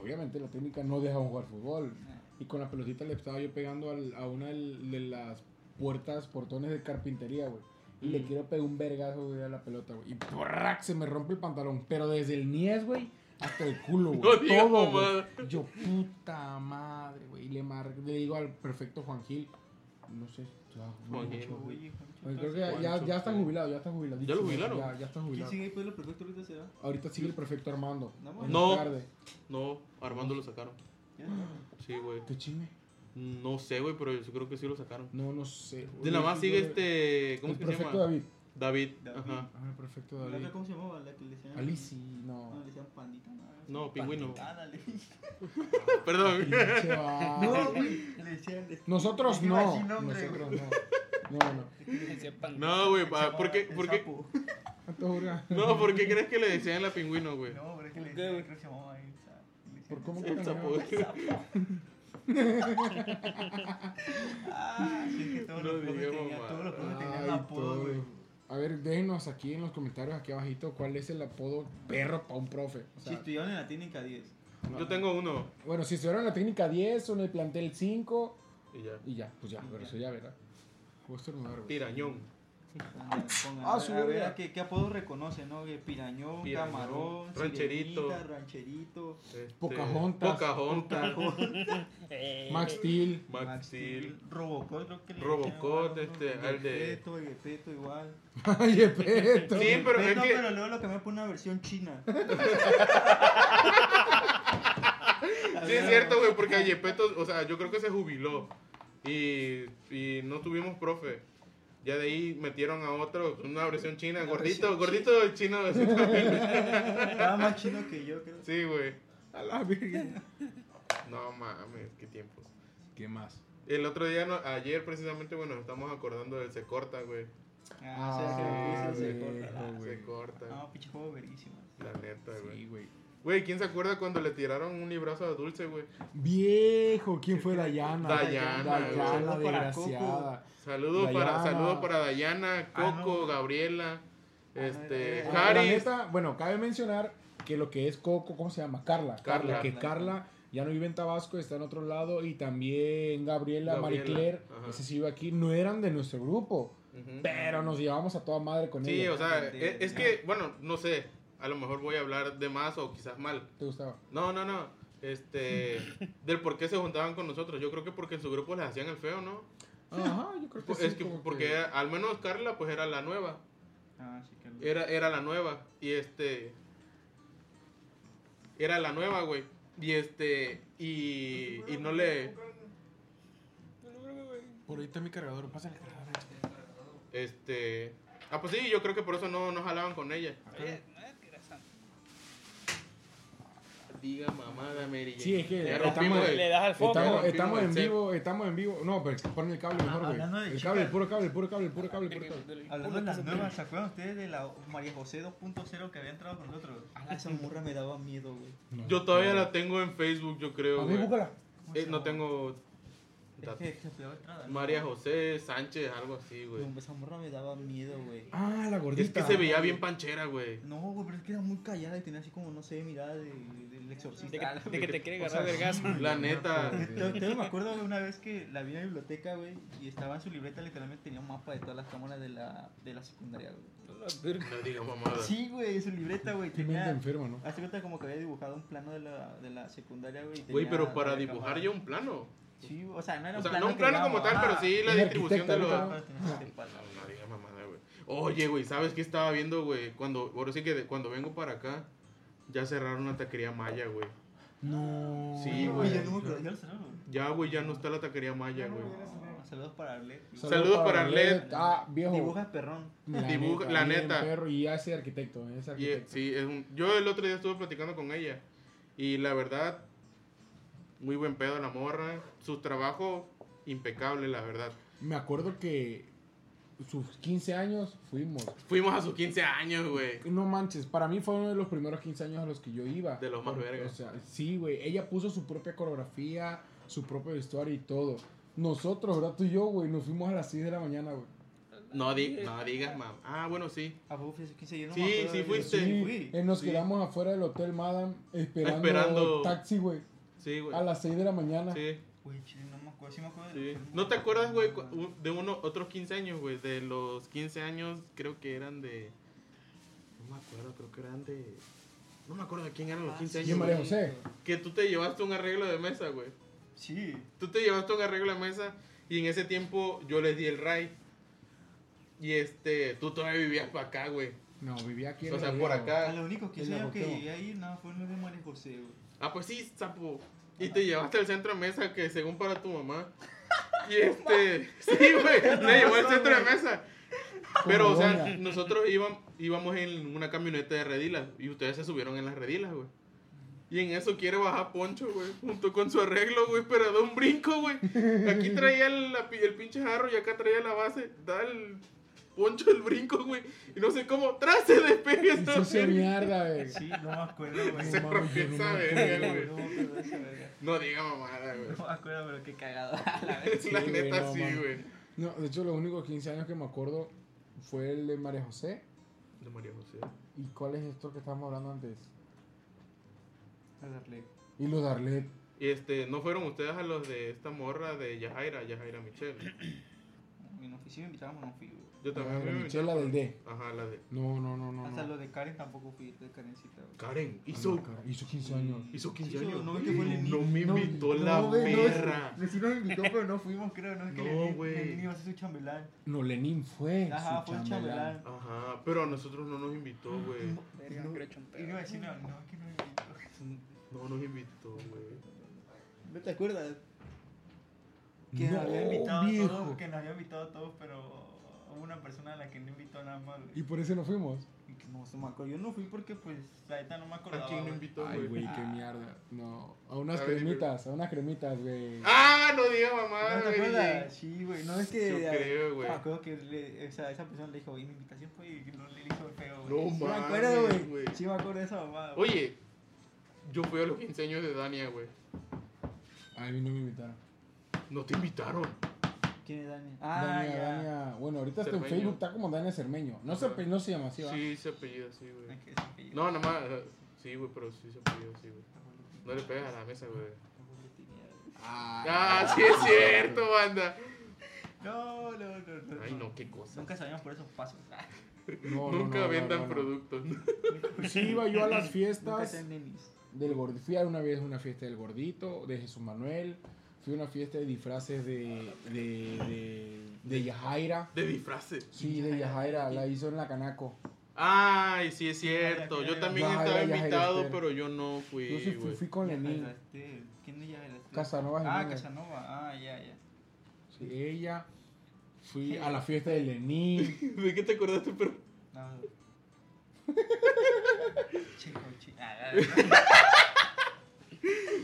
Speaker 1: Obviamente la técnica no dejaba jugar fútbol. Y con la pelotita le estaba yo pegando al- a una del- de las puertas, portones de carpintería, güey. Y
Speaker 2: Mm.
Speaker 1: le quiero pegar un vergazo, güey, a la pelota, güey. Y ¡porrac! se me rompe el pantalón. Pero desde el niés, güey, hasta el culo, güey.
Speaker 2: No digas
Speaker 1: Todo, güey.
Speaker 2: mamada.
Speaker 1: Yo, puta madre, güey. Y le, mar- le digo al perfecto Juan Gil, no sé, ya,
Speaker 2: Juan
Speaker 1: güey,
Speaker 2: Gil.
Speaker 1: mucho, güey.
Speaker 4: Oye, Juancho,
Speaker 1: Oye, creo que
Speaker 4: entonces,
Speaker 1: ya, ya, ya está jubilado, ya está jubilado.
Speaker 2: ¿Ya lo jubilaron?
Speaker 1: Ya, ya está
Speaker 4: ¿Quién
Speaker 1: jubilado.
Speaker 4: sigue ahí? Pues lo perfecto ahorita se va.
Speaker 1: Ahorita sigue el prefecto Armando.
Speaker 4: No,
Speaker 1: En la
Speaker 2: no.
Speaker 1: tarde.
Speaker 2: No, Armando lo sacaron.
Speaker 1: Ah,
Speaker 4: Ya.
Speaker 2: Sí, güey.
Speaker 1: ¿Qué chisme?
Speaker 2: No sé, güey, pero yo creo que sí lo sacaron.
Speaker 1: No, no sé. güey.
Speaker 2: De nada más sigue
Speaker 1: Yo-
Speaker 2: este.
Speaker 1: el
Speaker 2: ¿Cómo es que se
Speaker 1: prefecto
Speaker 2: llama?
Speaker 1: David.
Speaker 2: David.
Speaker 4: David.
Speaker 2: Ajá.
Speaker 1: Ah, el prefecto
Speaker 4: ¿La
Speaker 1: David.
Speaker 4: otra cómo se llamaba? La que le decían.
Speaker 1: Alici,
Speaker 4: No, le
Speaker 1: no.
Speaker 4: decían pandita. Ah, No,
Speaker 2: No, pingüino.
Speaker 4: Ándale.
Speaker 2: Perdón.
Speaker 1: Pinche vato.
Speaker 4: No, güey. Le decían. le-
Speaker 1: Nosotros
Speaker 4: Iba
Speaker 1: no.
Speaker 4: sin nombre,
Speaker 1: Nosotros
Speaker 4: güey.
Speaker 1: no. No, no.
Speaker 3: Sepan.
Speaker 2: No, güey, pa-
Speaker 4: Se
Speaker 2: ah, ¿por qué?
Speaker 4: llamaba el
Speaker 2: por qué-
Speaker 4: sapo.
Speaker 1: Tanto hurga.
Speaker 2: No, ¿por qué crees que le decían la pingüino, güey?
Speaker 4: No, pero es que le
Speaker 3: ¿Qué,
Speaker 4: decían.
Speaker 3: güey?
Speaker 4: Creo que se llamaba el sapo. Le decían
Speaker 1: ¿Por cómo
Speaker 4: el
Speaker 1: que
Speaker 2: El sapo,
Speaker 1: cambiaron?
Speaker 2: güey.
Speaker 4: sapo. Ah, sí, es que todos
Speaker 2: No
Speaker 4: los profes
Speaker 2: diga
Speaker 4: tenían.
Speaker 2: mamá.
Speaker 4: Todos los profes
Speaker 1: Ay,
Speaker 4: tenían apodo,
Speaker 1: todo.
Speaker 4: güey.
Speaker 1: A ver, déjenos aquí en los comentarios, aquí abajito, cuál es el apodo perro para un profe. O
Speaker 4: Si
Speaker 1: sea,
Speaker 4: estudiaron en la técnica 10.
Speaker 1: no.
Speaker 2: Yo tengo uno.
Speaker 1: Bueno, si estuvieron en la técnica 10 o en el plantel 5
Speaker 2: Y ya.
Speaker 1: y ya, pues ya, pero eso ya verá. Gusto hermano, güey.
Speaker 2: Tirañón.
Speaker 4: Ándale, pongan,
Speaker 1: Ah,
Speaker 4: a-
Speaker 1: su
Speaker 4: a ver,
Speaker 1: verga.
Speaker 4: ¿a ¿qué, qué apodos reconocen, no? Que Pirañón,
Speaker 2: Pirañón,
Speaker 4: camarón,
Speaker 2: rancherito.
Speaker 4: sirenita, rancherito,
Speaker 2: Este,
Speaker 1: Pocahontas.
Speaker 2: Pocahontas.
Speaker 3: Eh,
Speaker 1: Max Steel.
Speaker 2: Max Steel.
Speaker 4: Robocop, creo que le
Speaker 2: Robocop,
Speaker 4: llaman,
Speaker 2: este,
Speaker 4: ¿no?
Speaker 2: al de-
Speaker 4: Gepetto, Gepetto igual.
Speaker 1: Ay, Epeto.
Speaker 2: Sí, pero es
Speaker 4: no, pero
Speaker 2: que.
Speaker 4: luego lo que me pone una versión china.
Speaker 2: Sí, es cierto, güey, porque a Yepeto, o sea, yo creo que se jubiló. Y, y no tuvimos profe. Ya de ahí metieron a otro, una versión china,
Speaker 4: Una
Speaker 2: gordito,
Speaker 4: versión
Speaker 2: gordito del chino. así también.
Speaker 4: Estaba más chino que yo, creo.
Speaker 2: Sí, güey.
Speaker 1: A la virgen.
Speaker 2: No mames, qué tiempos.
Speaker 1: ¿Qué más?
Speaker 2: El otro día, no- ayer precisamente, bueno, nos estamos acordando del se corta, güey.
Speaker 4: Ah, o sea, que
Speaker 1: Ah,
Speaker 4: me puse, se
Speaker 1: viejo,
Speaker 4: corta.
Speaker 1: güey.
Speaker 2: Se corta.
Speaker 4: No, pinche Ah, juego verísimo.
Speaker 2: La neta, güey.
Speaker 1: Sí, güey.
Speaker 2: Güey, ¿quién se acuerda cuando le tiraron un librazo a Dulce, güey?
Speaker 1: Viejo, ¿quién fue Dayana?
Speaker 2: Dayana, güey.
Speaker 1: Dayana,
Speaker 4: Saludos para
Speaker 1: desgraciada.
Speaker 2: Saludos para,
Speaker 1: Dayana.
Speaker 2: saludos para Dayana,
Speaker 4: Ah, no. Ah,
Speaker 2: Coco, Gabriela,
Speaker 4: no,
Speaker 2: este,
Speaker 4: era-
Speaker 1: Ah, La
Speaker 2: Haris.
Speaker 1: neta, bueno, cabe mencionar que lo que es Coco, ¿cómo se llama? Carla.
Speaker 2: Carla.
Speaker 1: Que Carla ya no vive en Tabasco, está en otro lado. Y también Gabriela,
Speaker 2: Gabriela,
Speaker 1: Marie Claire,
Speaker 2: ajá.
Speaker 1: ese sí iba aquí. No eran de nuestro grupo,
Speaker 2: Ujú.
Speaker 1: pero nos llevamos a toda madre con
Speaker 2: Sí,
Speaker 1: ella.
Speaker 2: o sea, e- es que, bueno, no sé, a lo mejor voy a hablar de más o quizás mal.
Speaker 1: ¿Te gustaba?
Speaker 2: No, no, no. Este, del por qué se juntaban con nosotros. Yo creo que porque en su grupo les hacían el feo, ¿no?
Speaker 1: Ajá, yo creo que
Speaker 2: Pues
Speaker 1: sí.
Speaker 2: es que
Speaker 1: como
Speaker 2: porque era- al menos Carla pues era la nueva.
Speaker 4: Ah, sí, Carla.
Speaker 2: Era, era la nueva. Y este. Era la nueva, güey. Y este. Y. Y no le.
Speaker 1: Por ahí está mi cargador, pasa el cargador.
Speaker 2: Este. Ah, pues sí, yo creo que por eso no, no jalaban con ella.
Speaker 3: Oye, no es que era santo.
Speaker 2: Diga mamada, Mary. Jane.
Speaker 1: Sí, es que
Speaker 2: Ya
Speaker 1: estamos-
Speaker 2: rompimos el-
Speaker 3: Le das al foco.
Speaker 1: Estamos,
Speaker 2: güey.
Speaker 1: estamos en
Speaker 2: Sí.
Speaker 1: vivo, estamos en vivo. No, pero pon el cable mejor, güey.
Speaker 4: hablando de
Speaker 1: El
Speaker 4: chicas.
Speaker 1: cable, el puro cable, el puro cable, el puro cable, el puro cable.
Speaker 4: Hablando de las nuevas, ¿se acuerdan ustedes de la María José 2.0 que había entrado con nosotros? Ah, esa morra me daba miedo, güey.
Speaker 1: No.
Speaker 2: Yo todavía la tengo en Facebook, yo creo.
Speaker 1: A mí,
Speaker 2: güey.
Speaker 1: búscala.
Speaker 2: Eh, no tengo.
Speaker 4: Es que se pegó entrada. ¿no?
Speaker 2: María José Sánchez, algo así, güey.
Speaker 4: No, esa morra me daba miedo, güey.
Speaker 1: Ah, la
Speaker 2: Es
Speaker 1: gordita.
Speaker 2: que se veía bien panchera, güey.
Speaker 4: No, güey, pero es que era muy callada y tenía así como, no sé, mirada de, del exorcista. Ah,
Speaker 3: De que, de que te quiere
Speaker 4: O
Speaker 3: agarrar
Speaker 4: sea,
Speaker 3: vergas.
Speaker 2: La neta.
Speaker 4: Yo, yo me acuerdo güey, una vez que la vi en la biblioteca, güey, y estaba en su libreta, literalmente tenía un mapa de todas las cámaras de la, de la secundaria, güey.
Speaker 2: No diga mamada.
Speaker 4: Sí, güey, en su libreta, güey,
Speaker 1: Qué mente
Speaker 4: tenía...
Speaker 1: enferma, ¿no?
Speaker 4: Hace cuenta como que había dibujado un plano de la, de la secundaria, güey. y
Speaker 2: Güey,
Speaker 4: tenía
Speaker 2: pero para
Speaker 4: la
Speaker 2: dibujar
Speaker 4: cámara.
Speaker 2: yo un plano.
Speaker 4: Sí, o sea, no era
Speaker 2: O
Speaker 4: un
Speaker 2: sea,
Speaker 4: plano
Speaker 2: no un
Speaker 4: que
Speaker 2: plano como
Speaker 4: digamos,
Speaker 2: tal, pero
Speaker 4: ah,
Speaker 2: sí la
Speaker 1: Era
Speaker 2: distribución de los.
Speaker 1: arquitecta,
Speaker 4: no, pero tenía que
Speaker 2: No,
Speaker 4: palabra.
Speaker 2: no diga mamada, güey. Oye, güey, ¿sabes qué estaba viendo, güey? Cuando, ahora sí que de- cuando vengo para acá, ya cerraron una taquería maya, güey.
Speaker 1: No.
Speaker 2: Sí,
Speaker 4: Güey,
Speaker 2: güey.
Speaker 4: yo no me acuerdo, yo lo saludo.
Speaker 2: Ya, güey, ya no está la taquería maya, güey.
Speaker 4: Saludos para Arlet.
Speaker 2: Saludos para Arlet.
Speaker 1: Ah, viejo.
Speaker 4: Dibujas perrón.
Speaker 2: Dibuja- la
Speaker 1: bien
Speaker 2: neta.
Speaker 1: perro, y hace arquitecto, es
Speaker 2: Y, eh,
Speaker 1: arquitecto.
Speaker 2: sí, es un- yo el otro día estuve platicando con ella. Y la verdad, muy buen pedo la morra. Su trabajo, impecable, la verdad.
Speaker 1: Me acuerdo que sus 15 años fuimos.
Speaker 2: Fuimos a sus 15 años, güey.
Speaker 1: No manches, para mí fue uno de los primeros 15 años a los que yo iba.
Speaker 2: De los más
Speaker 1: Porque,
Speaker 2: verga.
Speaker 1: O sea, sí, güey. Ella puso su propia coreografía, su propio vestuario y todo. Nosotros, ahora tú y yo, güey, nos fuimos a las 6 de la mañana, güey.
Speaker 2: No, di- no digas, mam. Ah, bueno, sí.
Speaker 4: ¿A poco fuiste 15? Yo no
Speaker 2: Sí,
Speaker 4: me acuerdo
Speaker 2: sí
Speaker 4: de-
Speaker 2: fuiste.
Speaker 4: Sí,
Speaker 1: Sí, eh,
Speaker 4: fui.
Speaker 1: nos
Speaker 2: sí.
Speaker 1: quedamos afuera del hotel, madam, esperando,
Speaker 2: Esperando.
Speaker 1: taxi, güey.
Speaker 2: Sí, güey.
Speaker 1: A las 6 de la mañana.
Speaker 2: Sí.
Speaker 4: Güey, chile, no me acuerdo. Sí me acuerdo.
Speaker 2: Sí.
Speaker 4: de-
Speaker 2: ¿No te acuerdas, güey, cu- u- de uno, otros 15 años, güey? De los 15 años, creo que eran de. No me acuerdo, creo que eran de. No me acuerdo de quién eran los
Speaker 4: Ah,
Speaker 2: 15
Speaker 4: sí,
Speaker 2: años.
Speaker 1: María
Speaker 2: güey.
Speaker 1: José.
Speaker 2: Que tú te llevaste un arreglo de mesa, güey.
Speaker 4: Sí.
Speaker 2: Tú te llevaste un arreglo de mesa y en ese tiempo yo les di el RAI. Y este, tú todavía vivías para acá, güey.
Speaker 1: No, vivía aquí. en
Speaker 2: O sea,
Speaker 1: la
Speaker 2: por
Speaker 1: vida,
Speaker 2: acá.
Speaker 4: A Ah, lo único que
Speaker 1: En
Speaker 4: sé
Speaker 1: la
Speaker 4: yo que
Speaker 1: Boteo.
Speaker 4: llegué ahí, no, fue el de María José, güey.
Speaker 2: Ah, pues sí, sapo. Y te llevaste al centro de mesa que según para tu mamá. Y este, sí, güey, le llevó al centro de mesa. Pero, o sea,
Speaker 1: Colonia.
Speaker 2: nosotros íbamos, íbamos en una camioneta de redilas y ustedes se subieron en las redilas, güey. Y en eso quiere bajar Poncho, güey, junto con su arreglo, güey, pero da un brinco, güey. Aquí traía el, la pi- el pinche jarro y acá traía la base. Da el Poncho el brinco, güey. Y no sé cómo, tras se despega
Speaker 1: güey.
Speaker 2: esta
Speaker 1: Hizo ese
Speaker 2: verga.
Speaker 1: mierda, güey.
Speaker 4: Sí, no me acuerdo, güey.
Speaker 2: Se
Speaker 1: No mames,
Speaker 2: rompió
Speaker 1: yo no
Speaker 2: esa
Speaker 1: me
Speaker 2: verga, güey.
Speaker 4: güey, No me acuerdo de esa verga.
Speaker 2: No diga mamada, güey.
Speaker 4: No me acuerdo, pero qué cagado. A la verga.
Speaker 1: Sí,
Speaker 2: la
Speaker 1: güey,
Speaker 2: neta
Speaker 1: no,
Speaker 2: sí,
Speaker 1: man.
Speaker 2: güey.
Speaker 1: No, de hecho, los únicos 15 años que me acuerdo fue el de María José.
Speaker 2: De María José.
Speaker 1: ¿Y cuál es esto que estábamos hablando antes?
Speaker 4: A darle.
Speaker 1: Y los de Arlet.
Speaker 2: Y este, ¿no fueron ustedes a los de esta morra de Yajaira, Yajaira Michelle?
Speaker 4: Y no fui, sí me invitaron, pero no fui, güey.
Speaker 2: Yo
Speaker 1: Ah,
Speaker 2: también
Speaker 1: la
Speaker 2: me
Speaker 1: Michela del D.
Speaker 2: Ajá, la de
Speaker 1: No, no, no, no.
Speaker 4: Hasta
Speaker 1: no.
Speaker 4: lo de Karen tampoco fui, de Karencita, güey.
Speaker 2: Karen.
Speaker 1: Ah, no,
Speaker 2: Hizo,
Speaker 1: cara, hizo 15 años.
Speaker 4: Mm.
Speaker 2: hizo 15
Speaker 4: Hizo-
Speaker 2: años.
Speaker 4: no, que fue el
Speaker 2: No me
Speaker 1: No,
Speaker 2: invitó
Speaker 1: no,
Speaker 2: la
Speaker 1: güey, no,
Speaker 2: perra.
Speaker 4: No, sí nos invitó, pero no fuimos, creo, ¿no? Es que
Speaker 2: No,
Speaker 4: Lenín-
Speaker 2: güey.
Speaker 4: Lenín iba a ser su chambelán.
Speaker 1: No, Lenin fue.
Speaker 4: Ajá,
Speaker 1: su
Speaker 4: fue el chambelán.
Speaker 2: Ajá, pero a nosotros no nos invitó, güey.
Speaker 3: Verga, creo
Speaker 4: No,
Speaker 3: que he hecho un
Speaker 4: Y
Speaker 3: pedo.
Speaker 4: iba a decir, no, no, es que no invitó.
Speaker 2: No nos invitó, güey.
Speaker 4: ¿No te acuerdas? Que nos había invitado
Speaker 1: No,
Speaker 4: a
Speaker 1: viejo.
Speaker 4: todos, que nos había invitado a todos, pero hubo una persona a la que no invitó nada más, güey.
Speaker 1: Y por eso no fuimos.
Speaker 4: Y que no se me acuerdo. Yo no fui porque, pues, la neta no me acordaba.
Speaker 2: ¿A quién no
Speaker 4: güey.
Speaker 2: invitó,
Speaker 1: Ay,
Speaker 2: güey?
Speaker 1: güey,
Speaker 4: Ah.
Speaker 1: qué mierda. No, a unas
Speaker 2: A ver,
Speaker 1: cremitas, a unas cremitas, güey.
Speaker 2: Ah, no diga
Speaker 4: ¿No
Speaker 2: mamá,
Speaker 4: te
Speaker 2: güey.
Speaker 4: acuerdas? Sí, güey. No es que.
Speaker 2: Yo creo, güey.
Speaker 4: Me acuerdo que le- o sea, esa persona le dijo, oye, mi invitación fue y no le hizo el feo,
Speaker 2: No
Speaker 4: güey. sí, me
Speaker 2: mames,
Speaker 4: acuerdo,
Speaker 2: güey.
Speaker 4: güey. Sí, me acuerdo de esa mamada. güey.
Speaker 2: Oye, Yo fui a los 15 años de Dania, güey.
Speaker 1: A mí no me invitaron.
Speaker 2: No te invitaron.
Speaker 4: ¿Quién es Dania? Ah,
Speaker 1: Dania,
Speaker 4: ya.
Speaker 1: Dania- Bueno, ahorita está en
Speaker 2: Cermeño.
Speaker 1: Facebook, está como Dania Cermeño. No, se,
Speaker 2: Ajá.
Speaker 1: no se llama así, ¿va?
Speaker 2: Sí, se apellida así, güey.
Speaker 4: Ay, que se pilló.
Speaker 2: No, nada más. eh, Sí, güey, pero sí se apellida así, güey. No le pegas a la mesa, güey. Ah, sí es cierto, banda.
Speaker 4: No, no, no, no.
Speaker 2: Ay, no, qué cosa.
Speaker 4: Nunca sabíamos por esos pasos. Ah,
Speaker 1: No, no,
Speaker 2: Nunca
Speaker 1: no, no,
Speaker 2: vendan
Speaker 1: no, no.
Speaker 2: productos.
Speaker 1: Sí, iba yo a las
Speaker 4: Nunca
Speaker 1: fiestas
Speaker 4: sean nenis.
Speaker 1: del gordito. Fui a una vez a una fiesta del gordito, de Jesús Manuel. Fui a una fiesta de disfraces de, de, de, de Yajaira.
Speaker 2: De disfraces.
Speaker 1: Sí, de Yajaira, la hizo en la Canaco.
Speaker 2: Ay, sí es cierto. Yo también
Speaker 1: Ya, ya,
Speaker 2: estaba
Speaker 1: ya, ya,
Speaker 2: invitado,
Speaker 1: Esther.
Speaker 2: pero yo no
Speaker 1: Yo sí
Speaker 2: fui,
Speaker 1: fui,
Speaker 2: güey.
Speaker 1: fui con
Speaker 4: Ya
Speaker 1: Lenín.
Speaker 4: ganaste. ¿Quién es ya ganaste?
Speaker 1: Casanova
Speaker 4: Ah,
Speaker 1: Jiménez.
Speaker 4: Casanova. Ah, ya, ya.
Speaker 1: Sí, ella. Fui a la fiesta de Lenín.
Speaker 2: ¿De qué te acordaste, pero?
Speaker 4: No. chico, Ah, chico.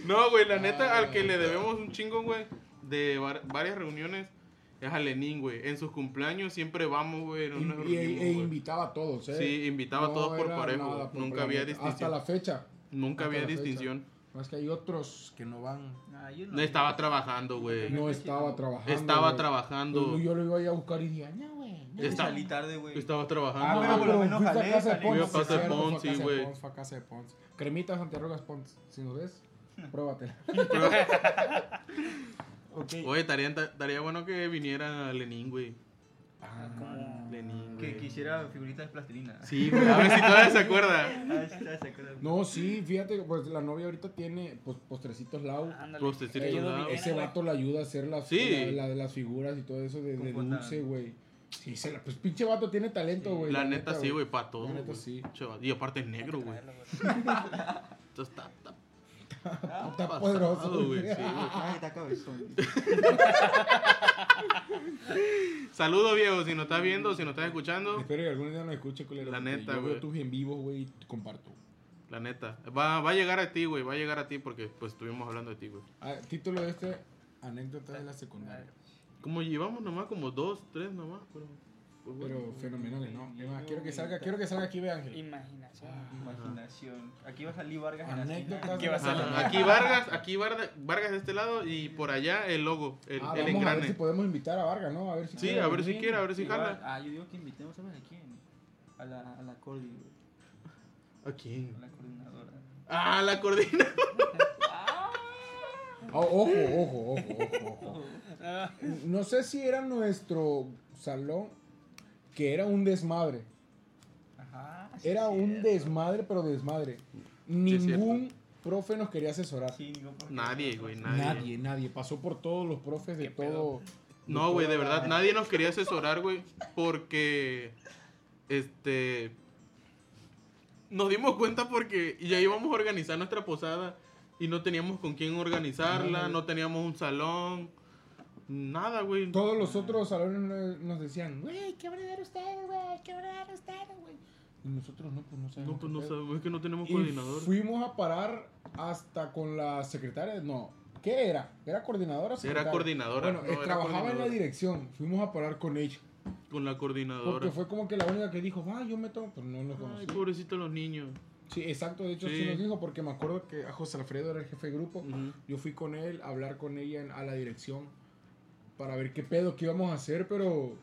Speaker 2: No, güey, la neta,
Speaker 1: Ay,
Speaker 2: al que
Speaker 1: güey.
Speaker 2: le debemos un chingo, güey, de var- varias reuniones, es a Lenín, güey. En sus cumpleaños siempre vamos, güey, en
Speaker 1: Y,
Speaker 2: una
Speaker 1: y- e
Speaker 2: reunión, güey.
Speaker 1: invitaba a todos, ¿eh?
Speaker 2: Sí, invitaba a todos por
Speaker 1: era
Speaker 2: parejo,
Speaker 1: nada,
Speaker 2: güey.
Speaker 1: por-
Speaker 2: Nunca
Speaker 1: por la
Speaker 2: había
Speaker 1: neta. Hasta
Speaker 2: distinción.
Speaker 1: la fecha.
Speaker 2: Nunca
Speaker 1: hasta
Speaker 2: había
Speaker 1: la fecha.
Speaker 2: distinción.
Speaker 1: Más que hay otros que no van.
Speaker 4: Ah, yo
Speaker 2: No estaba trabajando, güey.
Speaker 1: No estaba trabajando.
Speaker 2: Estaba
Speaker 1: güey.
Speaker 2: trabajando.
Speaker 1: Yo lo iba a ir a buscar y dije, no, güey. no".
Speaker 4: Yo
Speaker 2: Está-
Speaker 4: salí tarde, güey.
Speaker 2: Estaba
Speaker 1: Ah,
Speaker 4: Ah,
Speaker 2: trabajando.
Speaker 1: bueno,
Speaker 2: güey.
Speaker 4: bueno, por lo
Speaker 1: pero
Speaker 4: menos
Speaker 1: fuiste a
Speaker 4: jalé,
Speaker 1: casa de
Speaker 4: jalé.
Speaker 1: Pons.
Speaker 2: Fui a casa de
Speaker 1: cierto, fue
Speaker 2: Pons,
Speaker 1: a casa
Speaker 2: sí,
Speaker 1: de
Speaker 2: güey.
Speaker 1: Pons, fue a casa de Pons. Cremita Santiago Gas Pons, si nos ves, pruébatela. ok.
Speaker 2: Oye, estaría, estaría bueno que viniera Lenín, güey.
Speaker 1: Ah,
Speaker 3: Como-
Speaker 2: Lenín,
Speaker 4: Que
Speaker 2: güey.
Speaker 4: quisiera figuritas de plastilina.
Speaker 2: Sí, güey. A ver si todavía se acuerda.
Speaker 4: Ah, sí, se acuerdan.
Speaker 1: No, sí, fíjate, pues la novia ahorita tiene pues, postrecitos Lau.
Speaker 3: Ándale.
Speaker 2: Pues te siento
Speaker 1: Ey,
Speaker 3: Ellos
Speaker 2: nada.
Speaker 3: dominan.
Speaker 1: ese vato le ayuda a hacer las,
Speaker 2: Sí.
Speaker 1: la- la- las figuras y todo eso de, de
Speaker 4: Con
Speaker 1: dulce,
Speaker 4: bondad.
Speaker 1: güey. Sí, se la- pues pinche vato tiene talento, güey.
Speaker 2: La neta sí, güey, para todo.
Speaker 1: La neta
Speaker 2: güey.
Speaker 1: sí.
Speaker 2: Chaval, Y aparte es negro, güey.
Speaker 3: Traerlo, güey.
Speaker 2: Esto está, está
Speaker 1: Está
Speaker 2: Ah, pasado,
Speaker 1: poderoso,
Speaker 2: güey.
Speaker 1: güey.
Speaker 2: Sí, güey.
Speaker 4: Ah, está cabezón.
Speaker 2: Saludos, viejo. Si nos estás viendo, si nos estás escuchando,
Speaker 1: Espero que algún día nos escuche, culero.
Speaker 2: La
Speaker 1: porque
Speaker 2: neta,
Speaker 1: Yo
Speaker 2: güey.
Speaker 1: veo tus en vivo, güey, y te comparto.
Speaker 2: la neta. Va, va a llegar a ti, güey. Va a llegar a ti porque pues estuvimos hablando de ti, güey.
Speaker 1: Ah, título de este, anécdotas de la secundaria.
Speaker 2: Como llevamos nomás como dos, tres nomás. Pero, pues, bueno.
Speaker 1: Pero fenomenales, ¿no? Es más, quiero que salga, quiero que salga aquí, ve Ángel.
Speaker 3: Imaginación.
Speaker 4: Imaginación. Aquí va a salir Vargas
Speaker 1: Anécdotas
Speaker 3: ¿Qué
Speaker 1: de la
Speaker 3: va a ser?
Speaker 1: secundaria.
Speaker 2: Ajá, aquí Vargas, aquí Vargas, Vargas de este lado y por allá el logo, el,
Speaker 1: Ah,
Speaker 2: el
Speaker 1: vamos a ver si
Speaker 2: engrane.
Speaker 1: podemos invitar a Vargas, ¿no? A ver si
Speaker 2: Sí, a ver si
Speaker 1: venir.
Speaker 2: quiere, a ver si
Speaker 4: Igual,
Speaker 2: jala.
Speaker 4: Ah, yo digo que invitemos, ¿sabes a quién? A la, a la Cordy, güey.
Speaker 2: ¿A quién?
Speaker 4: A la coordinadora.
Speaker 2: Ah, la coordina.
Speaker 1: Ah, ojo, ojo, ojo, ojo, ojo.
Speaker 3: Ah,
Speaker 1: No sé si era nuestro salón, que era un desmadre.
Speaker 4: Ajá. sí,
Speaker 1: Era un
Speaker 4: cierto.
Speaker 1: desmadre, pero desmadre.
Speaker 2: es cierto.
Speaker 1: Ningún profe nos quería asesorar.
Speaker 4: Sí, digo, porque-
Speaker 2: Nadie, güey,
Speaker 1: nadie.
Speaker 2: nadie.
Speaker 1: nadie, Pasó por todos los profes de
Speaker 3: ¿Qué pedo?
Speaker 1: todo.
Speaker 2: No, güey, de
Speaker 1: toda-
Speaker 2: verdad, nadie nos quería asesorar, güey, porque, este, nos dimos cuenta porque ya íbamos a organizar nuestra posada y no teníamos con quién organizarla, no teníamos un salón, nada, güey.
Speaker 1: Todos los otros salones no- nos decían, güey, ¿qué van a dar ustedes, güey? ¿Qué van a dar ustedes, güey? Y nosotros no, pues no sabemos.
Speaker 2: No, pues no
Speaker 1: qué pedo.
Speaker 2: sabemos, es que no tenemos
Speaker 1: Y
Speaker 2: coordinador.
Speaker 1: fuimos a parar hasta con la secretaria. No, ¿qué era? ¿Era coordinadora? o secretaria?
Speaker 2: coordinadora,
Speaker 1: Bueno,
Speaker 2: no,
Speaker 1: eh,
Speaker 2: era
Speaker 1: trabajaba en
Speaker 2: coordinadora.
Speaker 1: la dirección. Fuimos a parar con ella.
Speaker 2: Con la coordinadora.
Speaker 1: Porque fue como que la única que dijo, va, yo me tomo. Pues no nos
Speaker 2: Ay,
Speaker 1: conocí.
Speaker 2: pobrecito los niños.
Speaker 1: Sí, exacto. De hecho, sí.
Speaker 2: Sí. Mm.
Speaker 1: nos dijo, porque me acuerdo que a José Alfredo era el jefe de grupo.
Speaker 2: Ujú.
Speaker 1: Yo fui con él a hablar con ella en- a la dirección para ver qué pedo que íbamos a hacer, pero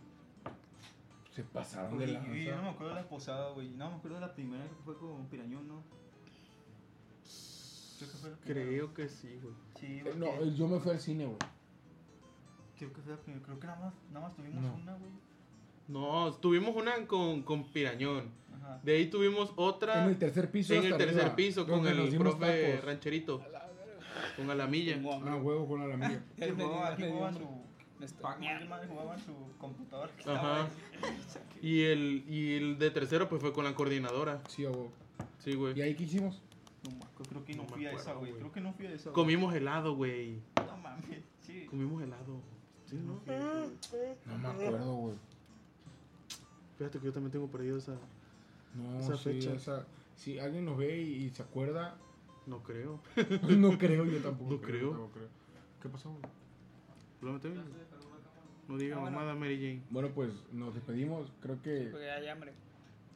Speaker 1: se pasaron de
Speaker 4: Oye,
Speaker 1: la
Speaker 4: yo no me acuerdo de la posada, güey. No me acuerdo de la primera que fue con Pirañón, ¿no? Creo que fue la primera.
Speaker 2: Creo que sí, güey.
Speaker 4: Sí, porque-
Speaker 1: No, yo me fui al cine, güey.
Speaker 4: Creo que fue la primera. Creo que nada más, nada más tuvimos
Speaker 1: No.
Speaker 4: una, güey.
Speaker 2: No, tuvimos una con, con Pirañón.
Speaker 4: Ajá.
Speaker 2: De ahí tuvimos otra
Speaker 1: En el tercer piso.
Speaker 2: Ah, en el
Speaker 1: hasta
Speaker 2: tercer
Speaker 1: arriba,
Speaker 2: piso con
Speaker 1: donde nos
Speaker 2: el
Speaker 1: dimos
Speaker 2: profe
Speaker 1: tacos.
Speaker 2: rancherito. Con Alamilla.
Speaker 3: chingón.
Speaker 1: Ah, huevo con la mía.
Speaker 4: Que
Speaker 3: Él me
Speaker 4: jugaba-
Speaker 3: dio-
Speaker 4: que
Speaker 3: me dio
Speaker 4: jugaban
Speaker 3: un-
Speaker 4: su.
Speaker 3: me está-
Speaker 4: Pac-Man, madre, jugaban su computador. que estaba
Speaker 2: Ajá.
Speaker 4: ahí.
Speaker 2: Y el, y el de tercero pues fue con la coordinadora.
Speaker 1: Sí, a huevo.
Speaker 2: Sí,
Speaker 1: ¿Y
Speaker 2: güey.
Speaker 1: ahí qué hicimos?
Speaker 4: No, me acuerdo, creo que
Speaker 2: No
Speaker 4: no,
Speaker 2: me
Speaker 4: fui a
Speaker 2: acuerdo,
Speaker 4: esa, güey.
Speaker 2: güey.
Speaker 4: Creo que no fui a esa. güey.
Speaker 2: Comimos helado, güey.
Speaker 4: No mames, sí.
Speaker 2: Comimos helado. Sí, ¿no?
Speaker 4: fui a esa, güey.
Speaker 1: No me acuerdo, güey.
Speaker 2: Fíjate que yo también tengo perdido esa...
Speaker 1: No,
Speaker 2: Esa
Speaker 1: sí,
Speaker 2: fecha.
Speaker 1: esa- si alguien nos ve y, y se acuerda,
Speaker 2: No creo.
Speaker 1: no creo, yo tampoco.
Speaker 2: No creo.
Speaker 1: tampoco creo. ¿Qué pasó? güey?
Speaker 2: ¿Lo metí bien? No diga
Speaker 3: Ah, bueno.
Speaker 2: mamada Mary Jane.
Speaker 1: Bueno, pues nos despedimos. Creo que
Speaker 3: Porque hay hambre.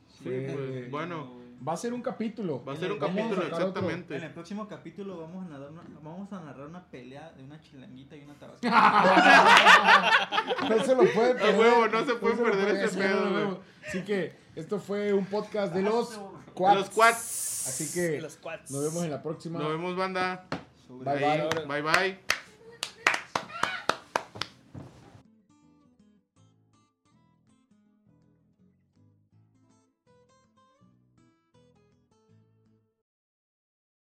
Speaker 1: Sí,
Speaker 2: pues, bueno.
Speaker 4: güey.
Speaker 1: Va a ser un capítulo.
Speaker 2: Va a ser un
Speaker 1: Vamos a
Speaker 2: capítulo,
Speaker 1: eh, sacar otro.
Speaker 2: exactamente.
Speaker 4: En el próximo capítulo vamos a narrar una, vamos a narrar una pelea de una chilanguita y una tabasca.
Speaker 1: No se lo pueden
Speaker 2: A Ah, huevo, no se pueden
Speaker 1: lo
Speaker 2: perder
Speaker 1: pueden
Speaker 2: ese
Speaker 1: hacer,
Speaker 2: pedo,
Speaker 1: a
Speaker 2: güey. Ah,
Speaker 1: huevo. Así que esto fue un podcast de los
Speaker 2: De
Speaker 1: Quads.
Speaker 2: Los quads.
Speaker 1: Así que
Speaker 3: Los quads.
Speaker 1: nos vemos en la próxima.
Speaker 2: Nos vemos, banda.
Speaker 4: Sobre-
Speaker 1: Bye,
Speaker 2: Ahí,
Speaker 1: bye.
Speaker 2: bye. bye.